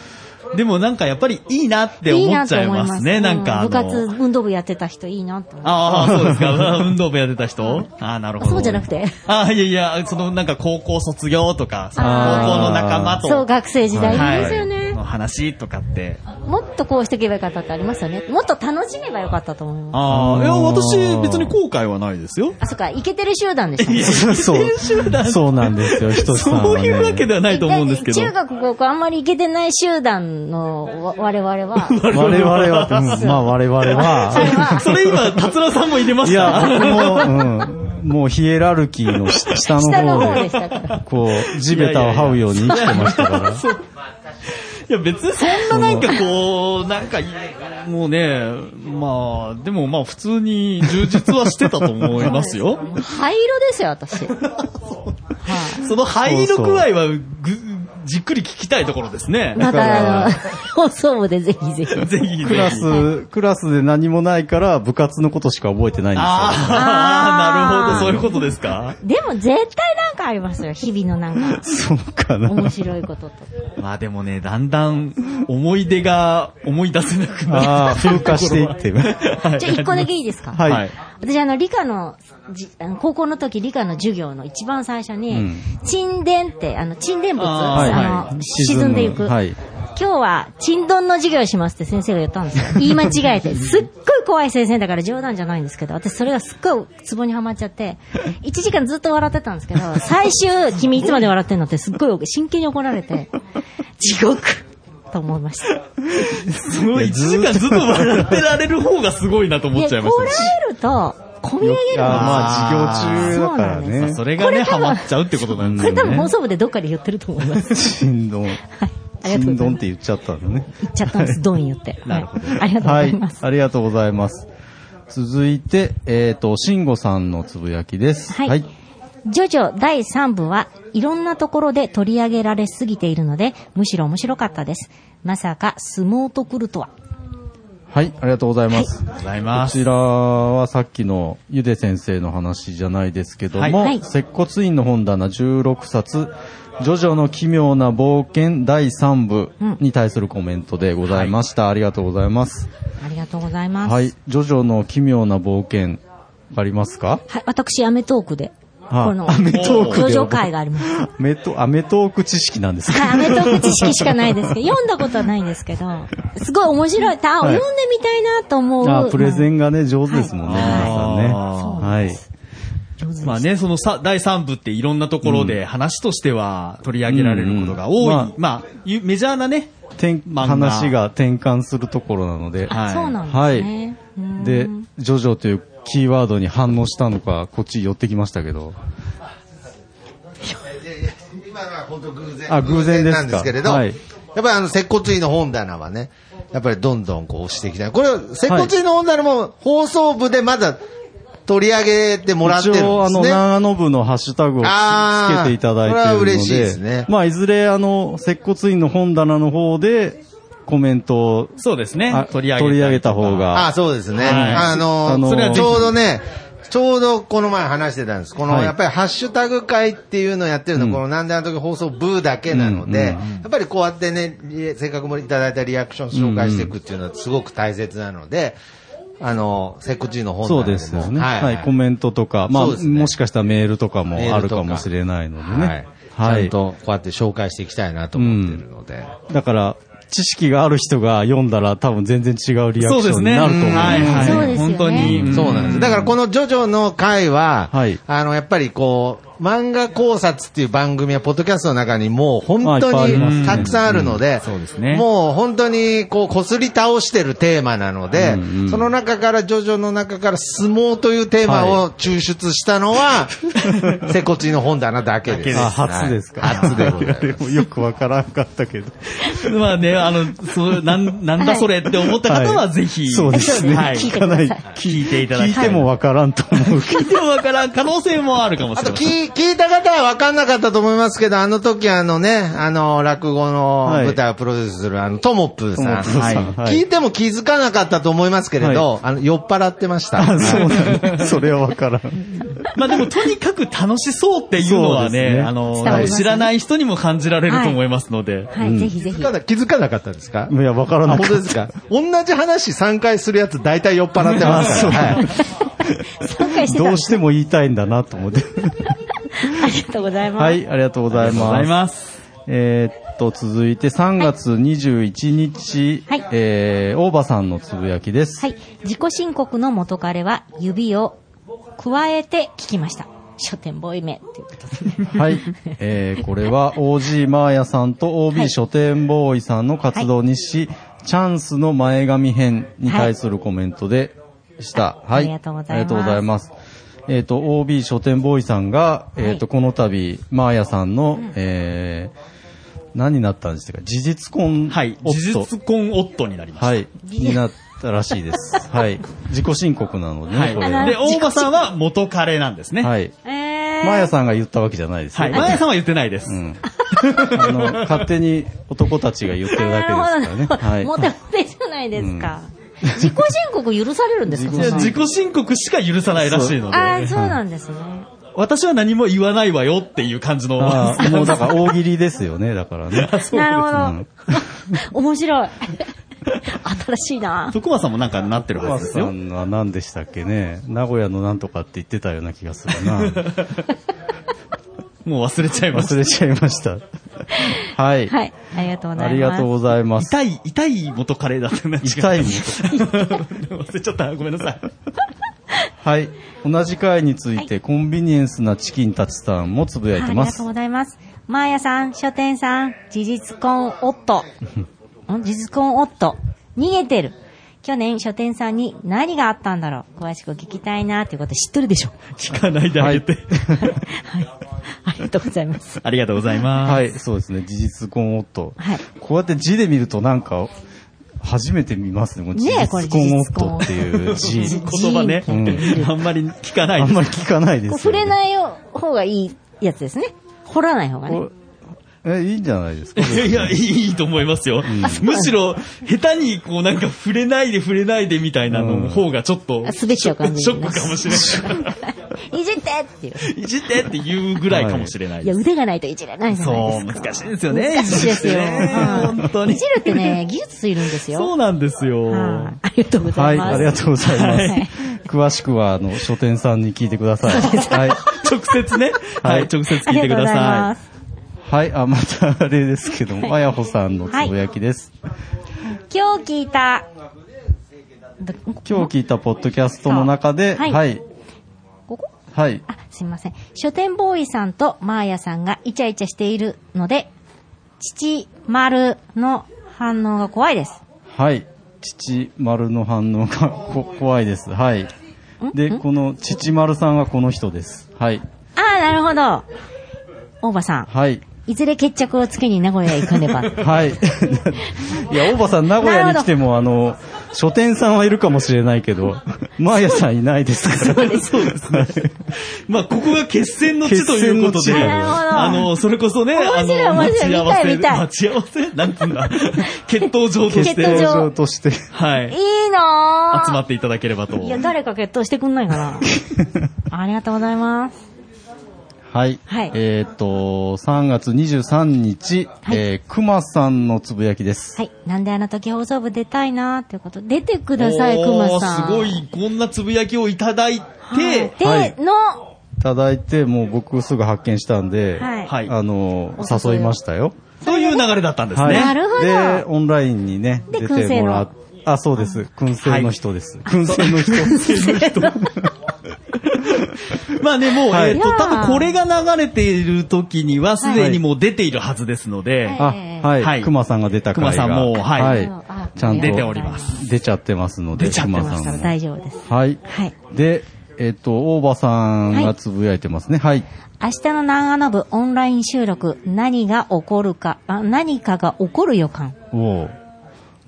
でもなんかやっぱりいいなって
いい
思
な
っち
と
ゃい
思い
ま
ますす
ね、なんかあ
う
の。
部活、運動部やってた人いいなと思う。
ああ、そうですか。 <laughs> 運動部やってた人ああ、なるほど。
そうじゃなくて。
ああ、いやいや、そのなんか高校卒業とか、その
あー
高校の仲間と。
そう、学生時代
はい
いいですよね。
の話とかって。
もっとこうしていけばよかったってありますよね。もっと楽しめばよかったと思います。
ああ、いや、
あー
私別に後悔はないですよ。
あ、そっか、イケてる集団でした
い
ね。
や
う、そう、そうなんですよ、ひとしさん
そ
は、
う
ね。
いうわけではないと思うんですけど。
中学高校あんまりイケてない集団のわ我々は、
<laughs>
我々は、うんまあ我々
<laughs> それ
は、
は、
それ今、達郎さんも入れま
い
した
や、もう、うん、もうヒエラルキーの下下
下の
の
方
方
で
で
し、たから。
<laughs> こう、地べたを這うように生きてましたから。
いや、別にそんななんかこう、なんか、もうね、まあ、でもまあ普通に充実はしてたと思いますよ。
灰色ですよ、私。
その灰色具合はぐ、じっくり聞きたいところですね。
また、
ら
あの、放送部でぜひぜひ。
ぜひぜひ。
クラス、クラスで何もないから部活のことしか覚えてないんですよ。
あー
ああ、なるほど、そういうことですか。
でも絶対なんかありますよ、日々のなんか、
そうかな。
面白いこととか。
まあでもね、だんだん思い出が思い出せなくなっ
ああ、風化してい <laughs> って。
はい
じゃあ一個だけいいですか
はい。
はい
私あの、理科のじ、あの高校の時理科の授業の一番最初に、
うん
沈殿って、あの、沈殿物、
あー
あの、沈んでいく。
はい。
今日は、沈殿の授業しますって先生が言ったんで
<laughs>
すよ。言い間違えて。すっごい怖い先生だから冗談じゃないんですけど、私それがすっごいツボにはまっちゃって、1時間ずっと笑ってたんですけど、
<laughs>
最終、君いつまで笑ってんのってすっごい真剣に怒られて、地獄と思いました。
すごい、1時間ずっと笑ってられる方がすごいなと思っちゃいま
こ
し
ら
たね。
えると、込み上げる
あ
の
ー
が
まあ、授業中だから
そうな
ね。
それがね、ハマっちゃうってことなんで
こ
す
れ
よね。
多分放送部でどっかで言ってると思い
<laughs>
ます。
振
あ
動。
りがとうございます
振動って言っちゃったのね。
言っちゃったんです、ドン言って。
なるほど
はいありがとうご
は
ざい
い
ま。す。
ありがとうございます。続いて、えっ、と、慎吾さんのつぶやきです。
はい。ジョジョ第3部はいろんなところで取り上げられすぎているので、むしろ面白かったです。まさか相撲と来るとは。
はい、ありがとうございます。
ございま
こ
す
ちらはさっきのゆで先生の話じゃないですけど
はい
も、
はい
接骨院の本棚16冊、ジョジョの奇妙な冒険第3部に対するコメントでございました。ありがとうございます。
ありがとうございます。は。
はいい、ジョジョの奇妙な冒険、わかりますか
私、アメトークで、
あ
この、
アメ
トー
クで
ジョジョ会があります。は
アメト、アメトーク知識なんですか
い、アメトーク知識しかないですけど、読んだことはないんですけど、すごい面白い。あ、読んでみたいなと思う。
あプレゼンがね、上手ですもんね、
はい
皆さんね。はい。
上手です
まあね、そのさ第3部っていろんなところで話としては取り上げられることが多い。
うんうん
まあ、ゆメジャーなね、
転
漫画
話が転換するところなので、
は
あ
い
そうなん
は
で
い
すね。うん
で、ジョジョというキーワードに反応したのか、こっち寄ってきましたけど。
今のは本当偶然。
あ偶然ですか
なんですけれど、
はい
やっぱりあの、接骨院の本棚はね、やっぱりどんどんこう押していきたい。これ、接骨院の本棚も放送部でまだ取り上げてもらってるんで
一
すね。
応、あの、長野部のハッシュタグをつ
あ
つ
ー
けていただいているので、
これは嬉しいですね
まあ、いずれ、あの、接骨院の本棚の方で、コメントを
そうですね
あ、
取り上げたりとか
取り上げた方が
あ、そうですね。
はい
あの
あの
それはぜひ
ちょうどね、ちょうどこの前話してたんです。この、
はい
やっぱりハッシュタグ会っていうのをやってるのは、
うん
このなんであの時放送部だけなので、
うんうん
やっぱりこうやってね、リせっかくもいただいたリアクション紹介していくっていうのはすごく大切なので、あの、セクチーの本
そ
棚
う
でも
ですよね。
は、
はいい、
はい
コメントとか、まあ、
そうですね
もしかしたらメールとかも
メー
あ
ル
る
とか
かもしれないのでね。
はい。
は
ちゃ
い。
んとこうやって紹介していきたいなと思ってるので。
だから、知識がある人が読んだら多分全然違うリアク
そう
シ
で
ョ
す
ンに
ね。
なると思う。
はいはい。
そうですよね
本当に。
そうなんです。だからこのジョジョの回は、
はい
あの、やっぱりこう、漫画考察っていう番組は、ポッドキャストの中にもう本
まあ
当
いっぱいあります
に
ね
たくさんあるので、
そうですね
もう本当にこう、擦り倒してるテーマなので、その中から、ジョジョの中から相撲というテーマを抽出したの
<laughs>
は、セコチの本棚だけです。
あ、初ですか。
はい初でございます。
<laughs> いやでもよくわからんかったけど。
まあね、あの、そう、なん、なんだそれって思った方はぜひ、
そうですね。
はい
聞かない。
聞いていただ
聞
き
い
たい。
てもわからんと思うけど。
聞いてもわからん可能性もあるかも
あ
しれ
と
ま
聞
せん。
い聞聞いた方は分かんなかったと思いますけど、あの時あのね、あの、落語の
はい
舞台をプロデュースする、あの、トモプー
トモ
さん。
プーさん
は
はいい
聞いても気づかなかったと思いますけれど、あの、酔っ払ってました。 <laughs>
あ、そうなんだ。それはわからん。
まあでもとにかく楽しそうっていうのは
そうで
ね、
すね
あの、
伝わりますね
知らない人にも感じられると思いますので。
はい、ぜひぜ
気
ひ。
づかな気づかなかったんで
<laughs>
すか
いや、わから
あ
なか
本
っ
当です
<laughs>
か同じ話3回するやつ大体酔っ払ってますから。はい
3回して
た。
た
どうしても言いたいんだなと思って。
ありがとうございます。
はい、ありがとうござい
ござ
ま
い
す。
ます。
えーっと、続いて3月21日、
はい
えー、大場さんのつぶやきです。
はい。自己申告の元彼は指を加えて聞きました。書店ボーイめっていうことで。
はい。えー、これは OG マーヤさん
は
と
い
OB 書店ボーイさんの活動にし、チャンスの前髪編に対するコメントでした。
は
はいい。
ありがとうございます
ありがとうございます。えっ、と、OB 書店ボーイさんが、えっ、と、この度、マーヤさんの、えー、何になったんですか事実婚
はい。
夫
事実婚夫になりました。
はい。になったらしいです。はい。自己申告なのでね、
はい。
これ
あ
は。
で、大場さんは元彼なんですね。は。
はいい。
え
マーヤさんが言ったわけじゃないですよ。
前田さんは言ってないです。
うん。あの、勝手に男たちが言ってるだけ <laughs> ですからね。はい。
モテモテじゃないですか。自己申告許されるんですか
いや
そんなの
自己申告しか許さないらしいの
ああ、
で、
そうなんですね。
私は何も言わないわよっていう感じの。
ああもうだから大喜利ですよね、だから <laughs> ね。
なるほ
う
ど
ん。
<laughs> 面白い。新しいな。
<laughs> 徳間さんもなんかなってるは
マ
ずで
ス
す
さ
よ。
んは何でしたっけね名古屋のなんとかって言ってたような気がするな。 <laughs>
もう忘れちゃいま
忘
す。
れちゃいました。はい。
はい。ありがとうござ
あ
い
り
ます。
がとうございます。
痛い、痛い元カレだったな。違う
痛いもん
<laughs> 忘れちゃった。ごめんなさい。
はい。同じ回について、コンビニエンスなチキンたちさんもつぶやい
あ
て
りが
ま
と
す
う。ございます。マーヤさん、書店さん、事実婚夫。ん事実婚夫。逃げてる。去年、書店さんに何があったんだろう。詳しく聞きたいなということ知ってるでしょ。
聞かないであげて。
はい。ありがとうございます。
<laughs> ありがとうございます。
はい、そうですね。事実婚夫。
はい
こうやって字で見るとなんか、初めて見ますね。この事
ねえこれ
実婚夫っていう字。
事実婚
言葉ね、
う
あんまり聞かない
あ
で
ん
す
ま。り聞かない
こ
です、ね。
う触れないよ方がいいやつですね。掘らない方がね
こ。え、いいんじゃないですか。
いやいや、いいと思いますよ。むしろ、下手に、こうなんか、触れないで触れないでみたいなのの方がちょっと、
あ滑っちゃう感じ
ショックかもしれない
いじってっていう。
いじってって言うぐらいかもしれない
いや、
です。
腕がないといじれないじゃないで
そ
す
う、
か。
難しいですよね。
難しいですよ
いじってね
うん
<laughs> 本当
い
に
じ。るってね、技術いるんですよ。
そうなんですよ。
はいありがとうござ
はいい、
ます。
ありがとうございます。
はい
詳しくは、あの、書店さんに聞いてください。はい。
直接ね。
は
はいい、直接
あ
聞
りがとうござい
いてくださ
ま
い
す。。
はい、あ、またあれですけども、あやほさんのつぶやきです。
今日聞いた、ど
今日聞いたポッドキャストの中で、
はい
はい、
ここ
はい、
あ、すいません。書店ボーイさんとマーヤさんがイチャイチャしているので、父丸の反応が怖いです。
はい。父丸の反応が <laughs> こ怖いです。はい。で、この父丸さんはこの人です。はい。
ああ、なるほど。大場さん、
はい。
いずれ決着をつけに名古屋へ行かねば。
はい。 <laughs> いや、大場さん、名古屋に来ても、あの、書店さんはいるかもしれないけ <laughs> ど、マーヤさんいないですから。そうです。
まあ、ここが決戦の地ということ
決
で、
戦の地
なるほど
あの、それこそね、あ
面白い
の、
面白い
待ち合わ
見た
せ、
い見たい
待ち合わせなんていうんだ、 <laughs>
<laughs>
決闘場とし
決闘
て、
場
登場として。
はいい、
いなー
集まっていただければと。
いや、誰か決闘してくんないか
<laughs>
な。ありがとうございます。
はい。
はい
えっと、3月23日、
はい
えー、熊さんのつぶやきです。
はい。なんであの時放送部出たいなーっていうこと。出てください、くまさん。
おーすごい、こんなつぶやきをいただい
はい。
て、
で、
はい
の、
いただいて、もう僕すぐ発見したんで、
はい
はい
あの、
お誘い
誘いましたよ。
という流れだったんです
はい。
ね。
なるほど
で、オンラインにね、
で
出てもら
燻
う。あ、そうです。燻製の人です。燻製の人。
まあね、もう、
はい
えっと、
いやー
多分これが流れている時には、すでにもう出ているはずですので、
はい
あ、は
はい
い。熊さんが出た回が。
熊さんもうはい
あ
ちゃんと。
出ております
出ちゃってますので、
出ちゃって
熊
ま
くま
さ
さん
ん
は
も。
大丈夫です。
はい。
はい。
で、えっと、大場さんがつぶやいてますね。はい。
明日の長野部オンライン収録、何が起こるか、あ何かが起こる予感。
おう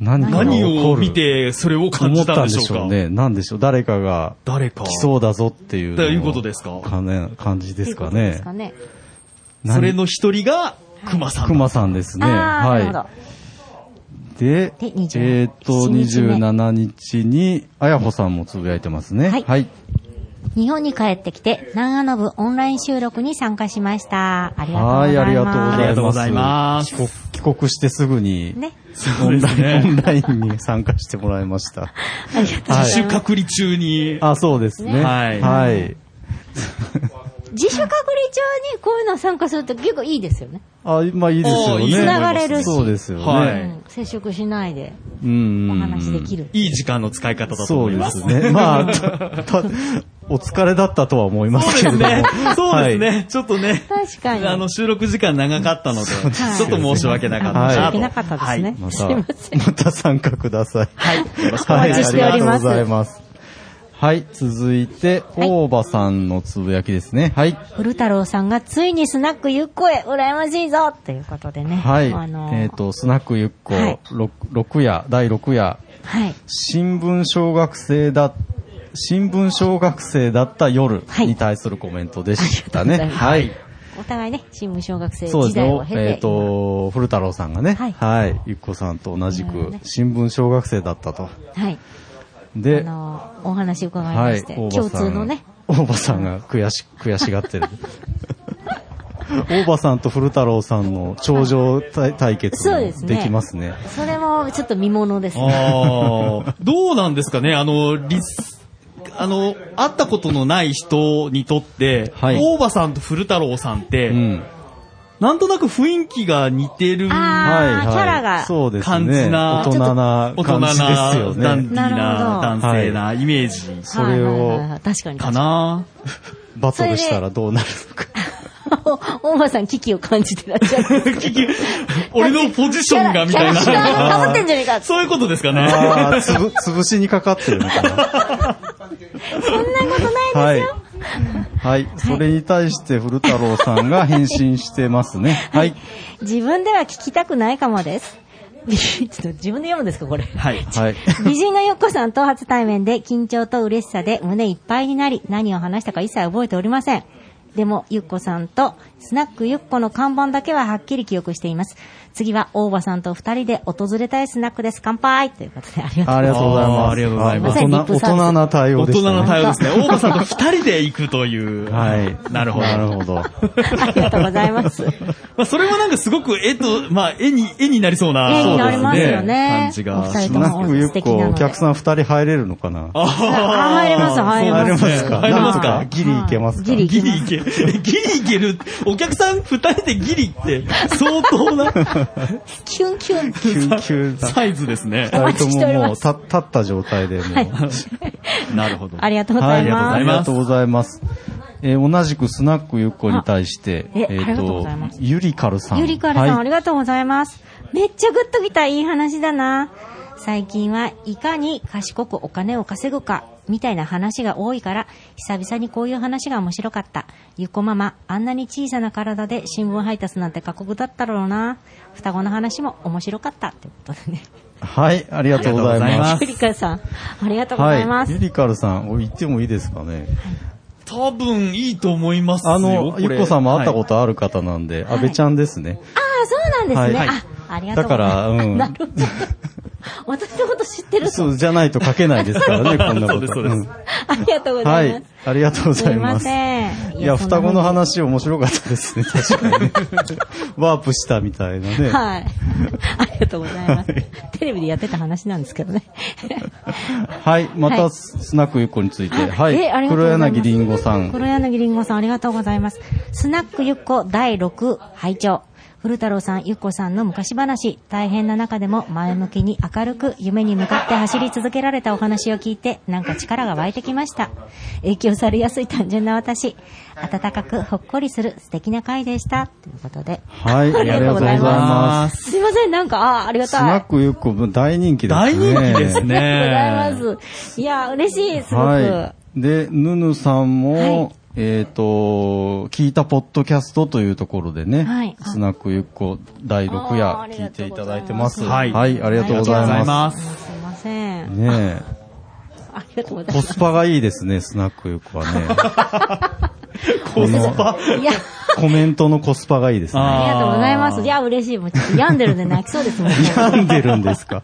何かが起こる
何を見てそれを感
思
じ
ったた
ん
ん
で
で
し
し
ょう
ょ
か
うね。なんでしょう。誰かが
誰か。
来そうだぞっていうのを。
ということですか
かね感じですか
ということで
ね
す。かね。
それの一人が、熊さん。
熊さんですね。
ああ、なるほ
は
ど。
い。で、
で27
えーっと、27日に、あやほさんもつぶやいてますね。
はい
はい。
日本に帰ってきて、長野部オンライン収録に参加しました。ありがとうござ
はいい、
ます。
ありがとうございます。
ありがとうございます
帰国帰国してすぐに、
ね。
そうです
<laughs> オン
ね。
ラインに参加してもらいま
<laughs>
した。
ありがとうございます。
自主隔離中に。
あ、そうですね。
はい
はい。
自主隔離中にこういうの参加すると結構いいですよね。
あ、まあいいですよ
あ
ね。
いいと思います
繋がれるし
そうですよね。
は
う
い
ん、接触しないで
うんうん
お
うん
話できる。
いい時間の使い方だと
そ
思
う
い
で
ます。
すね。まあ、たたお疲れだったとは思いますけれども。
そうですね。
はい
ちょっとね。
確かに
あの、収録時間長かったので、
す
ちょっと申し訳なかったな
はい
と。
申し訳なかったですね。
ますた、
いま
ま
せん。
た参加ください。
はい。はい。よろしくお
は
願
い、
い
お待ち
しま
し
す
て。お
あ
り
りが
ま
とう
す
ございます。はい、続いて、
い
大場さんのつぶやきですね。はい。
古太郎さんがついにスナックゆっこへ羨ましいぞということでね。
はい。
あの
えっ、と、スナックゆっこ、
はい
ろく六夜、第6夜、
はい。
新聞小学生だ、新聞小学生だった夜
はい
に対するコメントでしたね。
ありがとうござ
はいい。
お互いね、新聞小学生
そうで
時
す
代を
ね
経。て。
えっ、と、古太郎さんがね、
は
はいい、ゆっこさんと同じ
なるほど
く
ね、
新聞小学生だったと。
今はい。あ
で、
の、お話伺い
は
ま
い
し、て、
大
共
場さ
通
ん。
のね、
大場さんが悔し、悔しがって
<laughs>
る。大場さんと古太郎さんの頂上対対決
そう
も
ですね
できますね。
それもちょっと見ものですね。
あーどうなんですかねあの、リス、あの、会ったことのない人にとって、
はい
大場さんと古太郎さんって、
うん。
なんとなく雰囲気が似てる
あ
感
はいはい。
キャラが
そうですね。
じな、
大人な
大人
感
な、
じですよ
ダン
ね
ディ。ー
な
な
る
ほど
男性なイメージ
それを
はいはいはいはい確かに。
か
<laughs>
な。
バトルしたらどうなるのか。
大場さん危機を感じてらっしゃるん
<laughs>
ですけど。
俺のポジションがみたい
キャラ
な。
がかかってんじ
<laughs>
ゃねえか。そ
そういうことですかね。
ああ、つぶ、
<laughs>
潰しにかかってるのかな。
んなことないです。
はい。はい。それに対して古太郎さんが返信してますね。はい。
自分では聞きたくないかもです。 <laughs> ちょっと自分で読むんですか、これ。
はい。
はい。
美人のゆっこさんと初対面で緊張と嬉しさで胸いっぱいになり何を話したか一切覚えておりません。でもゆっこさんとスナックゆっこの看板だけははっきり記憶しています。次は大場さんと二人で訪れたいスナックです。乾杯ということでありがとうございます
ありがとうございます。
あーありがとうございま
大
す
人大人な対応
大
でし
人
た、ね。
の対応ですね。大場さんと二人で行くという。
はい。
なるほど。
なるほど。
ありがとうございます。
まあ、それはなんかすごく絵と、まあ、絵に、絵になりそうな。
絵になりますよね
そうです感じが。
お二人とも
なんかゆっ
素敵なの
こ、
で
お客さん二人入れるのかな
あ
あ、入れます、入れます。
入れます
そうですね
か
入れ
な
ま
ん
す
と
か
かギリいけますか
ギリい
ギ
けま
リ
す
いけ、ギリいける。お客さん二人でギリって、相当な
キュンキュン。
救急だ。
サイズで
<laughs>
すね。
二
待
人
ちしてお
とも
り
もう
ます
立立った状態でもう。
なるほど。
ありがとうご
は
ざい
い、
ます。
ありがとうございます。えー同じくスナックゆっこに対して、
あえありが
っ
とうございます
ゆりかるさん。
ゆりかるさん、あ
はい
りがとうございます。めっちゃグッときた、いい話だな。最近はいかに賢くお金を稼ぐか、みたいな話が多いから、久々にこういう話が面白かった。ゆこママ、あんなに小さな体で新聞配達なんて過酷だったろうな。双子の話も面白かった。ってことでね。
はい、ありがとうござい
ありがとうござい
ま
ますす。
ゆりかさん、ありがとうござ
はい
ま
い。
す。
ゆりかるさん、お言ってもいいですかね。
多分いいと思いますよ。
あの、ゆっこさんも会ったことある方なんで、
い
安倍ちゃんですね。
ああ、そうなんですね。
はい
あ、ありがとうございます。
だからうん
<laughs> なるほど。私のこと知ってる
そう、じゃないと書けないですからね、こんなこと。
そうですそうで
ありがとうご
うん
ざ
はい
ます
い。。ありがとうございます。
せん。
いや、
そんな
双
風
子
に
の話面白かったですね、確かにね。ワープしたみたいなね。
はい。 <laughs> ありがとうございます。テレビでやってた話なんですけど
<laughs>
ね。
はい。ま
は
た、
い
スナックゆっこについて。は
えあり
い。
がとうご
黒
ざいます
柳りんごさん。
黒柳りんごさん、ありがとうございます。スナックゆっこ第6拝聴古太郎さん、ゆっこさんの昔話、大変な中でも前向きに明るく夢に向かって走り続けられたお話を聞いて、なんか力が湧いてきました。影響されやすい単純な私、温かくほっこりする素敵な回でした。ということで。
はい。あ
あ
り
りが
がと
と
う
う
ご
ご
ざ
ざ
い
い
ま。
ますすいません、なんか、ああ、ありが
ス
たい。
ナックゆっこ、大人気ですね。
大人気ですね。
ありがとうございます。いや、嬉しい、すごく。
はい。で、ヌヌさんも、
はい
えっ、と、聞いたポッドキャストというところでね、
はい
スナックゆっこ第6
あーあり
夜聞
が
い
と
て
う
い
ござ
た
います
だいてます。
はい
ありがとうござい
ありがとうござい
ま。
ますす。
すいません。
ね
ありがとうご
え、
ざい
コ
ます。
スパがいいですね、スナックゆっこは <laughs> ね。
コスパ。
いや、
コメントのコスパがいいですね。
あ
ありがとうございます。いや、嬉しい。もうちょっと病んでるんで泣きそうですもんね。
病んでるんですか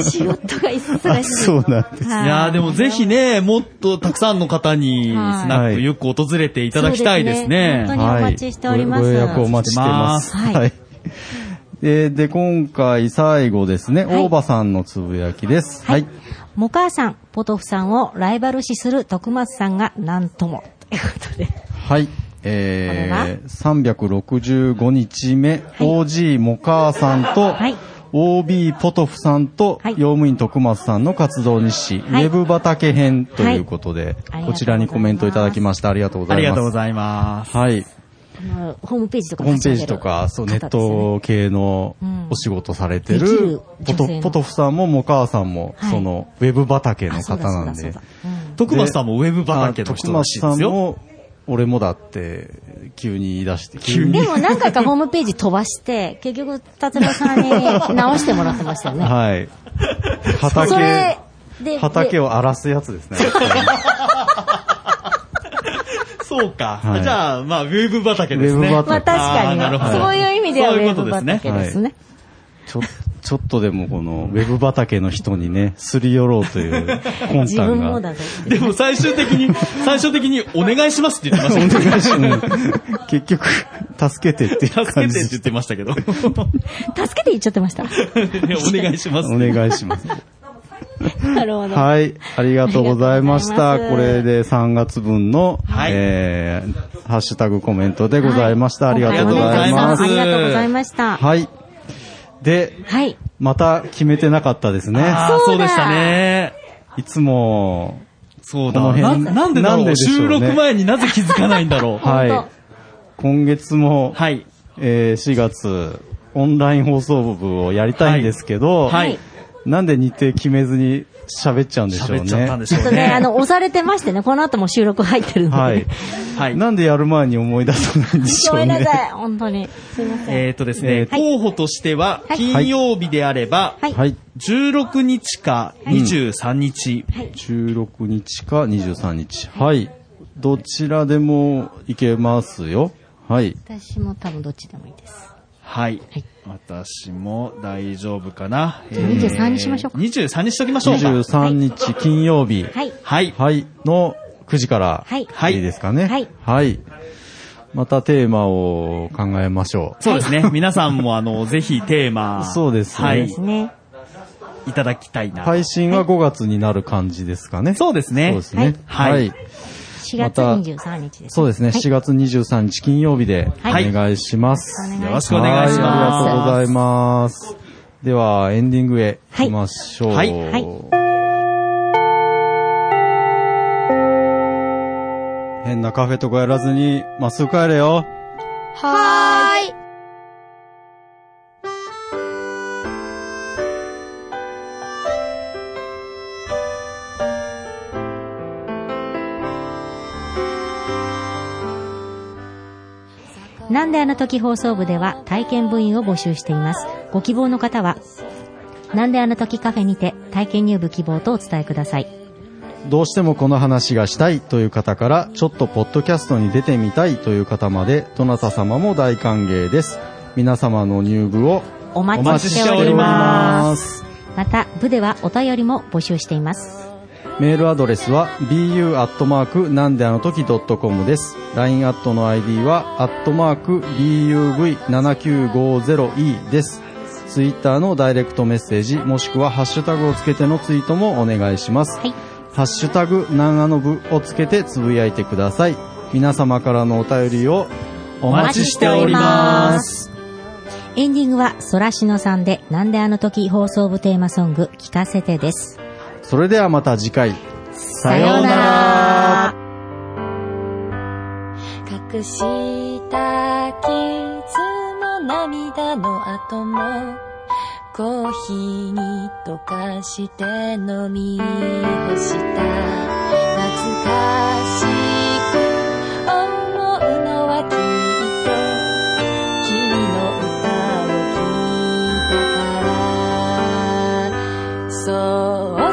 仕事が忙しい。
そうなんです。
はい
いやーでもぜひね、もっとたくさんの方に、ス
はい
ナックよく訪れていただきたいですね。
そうですね本当にお待ちしております
はい、ごご予約お待ちしてます。
はい
はい。で、で、今回最後ですね、
はい
大場さんのつぶやきです。はい。
もかあさん、ポトフさんをライバル視する徳松さんがなんとも。ということで。
はい。えー、365日目、OG モカーさんと、
はい
OB ポトフさんと、
はい
用務員徳松さんの活動日誌、
はい
ウェブ畑編ということで、
はい
こちらにコメントいただきました。ありがとうござ
あ
います。
りがとうございます。
はい。
あのホームページとか
ホームペー
立ち上げ
ジと
る
か、そう、ネッ
方ですね
ト系の
うん
お仕事されて
できる
る、ポ
女
ト
性の
ポトフさんもモカーさんも、
はい
その、ウェブ畑の
あそう
方
だそう
な
だ
ん
そう
で
だ。うん
徳松さんもウェブ畑の人らしい
あ徳松さ
です
ん
よ。
も、俺もだって、急に言い出して、
急に
でも何回かホームページ飛ばして、結局、達郎さんに直してもらってましたよね。 <laughs>
はい。
それ
<laughs> 畑、
で、
畑
を。
を荒らすやつですね。
そうか。
はい
じゃあ、まあ、ウェブ畑ですね。
ウェブ畑
まあ確かに
あーなる
ね
ほど
そういう意味ではウ
そういう
ェ
こと
ブ
ですね
畑ですね。
ちょ、ちょっとでもこの、ウェブ畑の人にね、すり寄ろうという魂
自分も
胆
だ
が。
ぞ。
でも最終的に、最終的にお願いしますって言ってましたけど。
<laughs> 結局、助けてっていう
助
感
け
じ
てって言ってましたけど。お
助けて言っちゃってま
<laughs>
した。
願いします。
お願いします。
なるほど。
はい、ありがとうございまし
あ
た。
りがとうご
こ
ざいます
れで3月分の、
はい
えー、ハッシュタグコメントでございました。
は
ありがとうございます。
ありがとうございました。
はい。で、
はい。
また決めてなかったですね。
あー
そ
そう
だ
うでしたね。
いつも、
そうだ。
この
な
辺
なんでだ
なん
ろ
で
う
でしょうね
収録前になぜ気づかないんだろう。
は
本
い。今月も、
はい。
えー4月、オンライン放送部をやりたいんですけど、
はい。
なんで日程決めずに喋っちゃうんでしょうね。
喋っちゃったんでし
ちょ
ょ
っ
う
とね、
ね
あ。の、押されてましてね、この後も収録入ってるので。
はい。
はい。
なんでやる前に思い出さないんでしょ
ご
う
め
ね。
んなさい、本当に。すいません。
えっ、とですね、
えー
候補としては、
はい
金曜日であれば、
はい
はい。
16日か23日、
16日か23日。はい。どちらでも行けますよ。はい。
私も多分どっちでもいいです。
はい。
はい
私も大丈夫かな。え
23にしましょうか
23にしときましょうか。
23日金曜日。
はい。
はい。
はい。の9時から。
はい
いですかね。
はい
はい。またテーマを考えましょう。
そうですね。皆さんも、あの、ぜひテーマ、
そうですね
は
で
い
す。ね。
いただきたいな。
配信は5月になる感じですかね。
そうですね。
そうですね。
は
は
いはいい。
4
ま
月
た
23日です。
そうですね。
はい
4月23日金曜日でお
はい
願いします。
お願い
よろしくお願いします。
はありがとうございます。では、エンディングへ行きましょう。
はい
はい
変なカフェとかやらずに、まっすぐ帰れよ。
なんであの時放送部では体験部員を募集しています。ご希望の方は、なんであの時カフェにて体験入部希望とお伝えください。
どうしてもこの話がしたいという方から、ちょっとポッドキャストに出てみたいという方まで、どなた様も大歓迎です。皆様の入部を
お
お
待
待
ち
ち
し
してて
お
お
り
り
ま。
ますす。
また、部ではお便りも募集しています。
メールアドレスは bu アットマークなんであの時ドットコムです。LINE アットの ID はアットマーク buv7950e です。ツイッターのダイレクトメッセージもしくはハッシュタグをつけてのツイートもお願いします。
はい。
ハッシュタグなんあの部をつけてつぶやいてください。皆様からのお便りをお待ちしております。
エンディングは、そらしのさんで、なんであの時放送部テーマソング、聞かせてです。
それではまた次回。さ
ようなら
隠した傷も涙の後もコーヒーに溶かして飲み干した懐かしくそう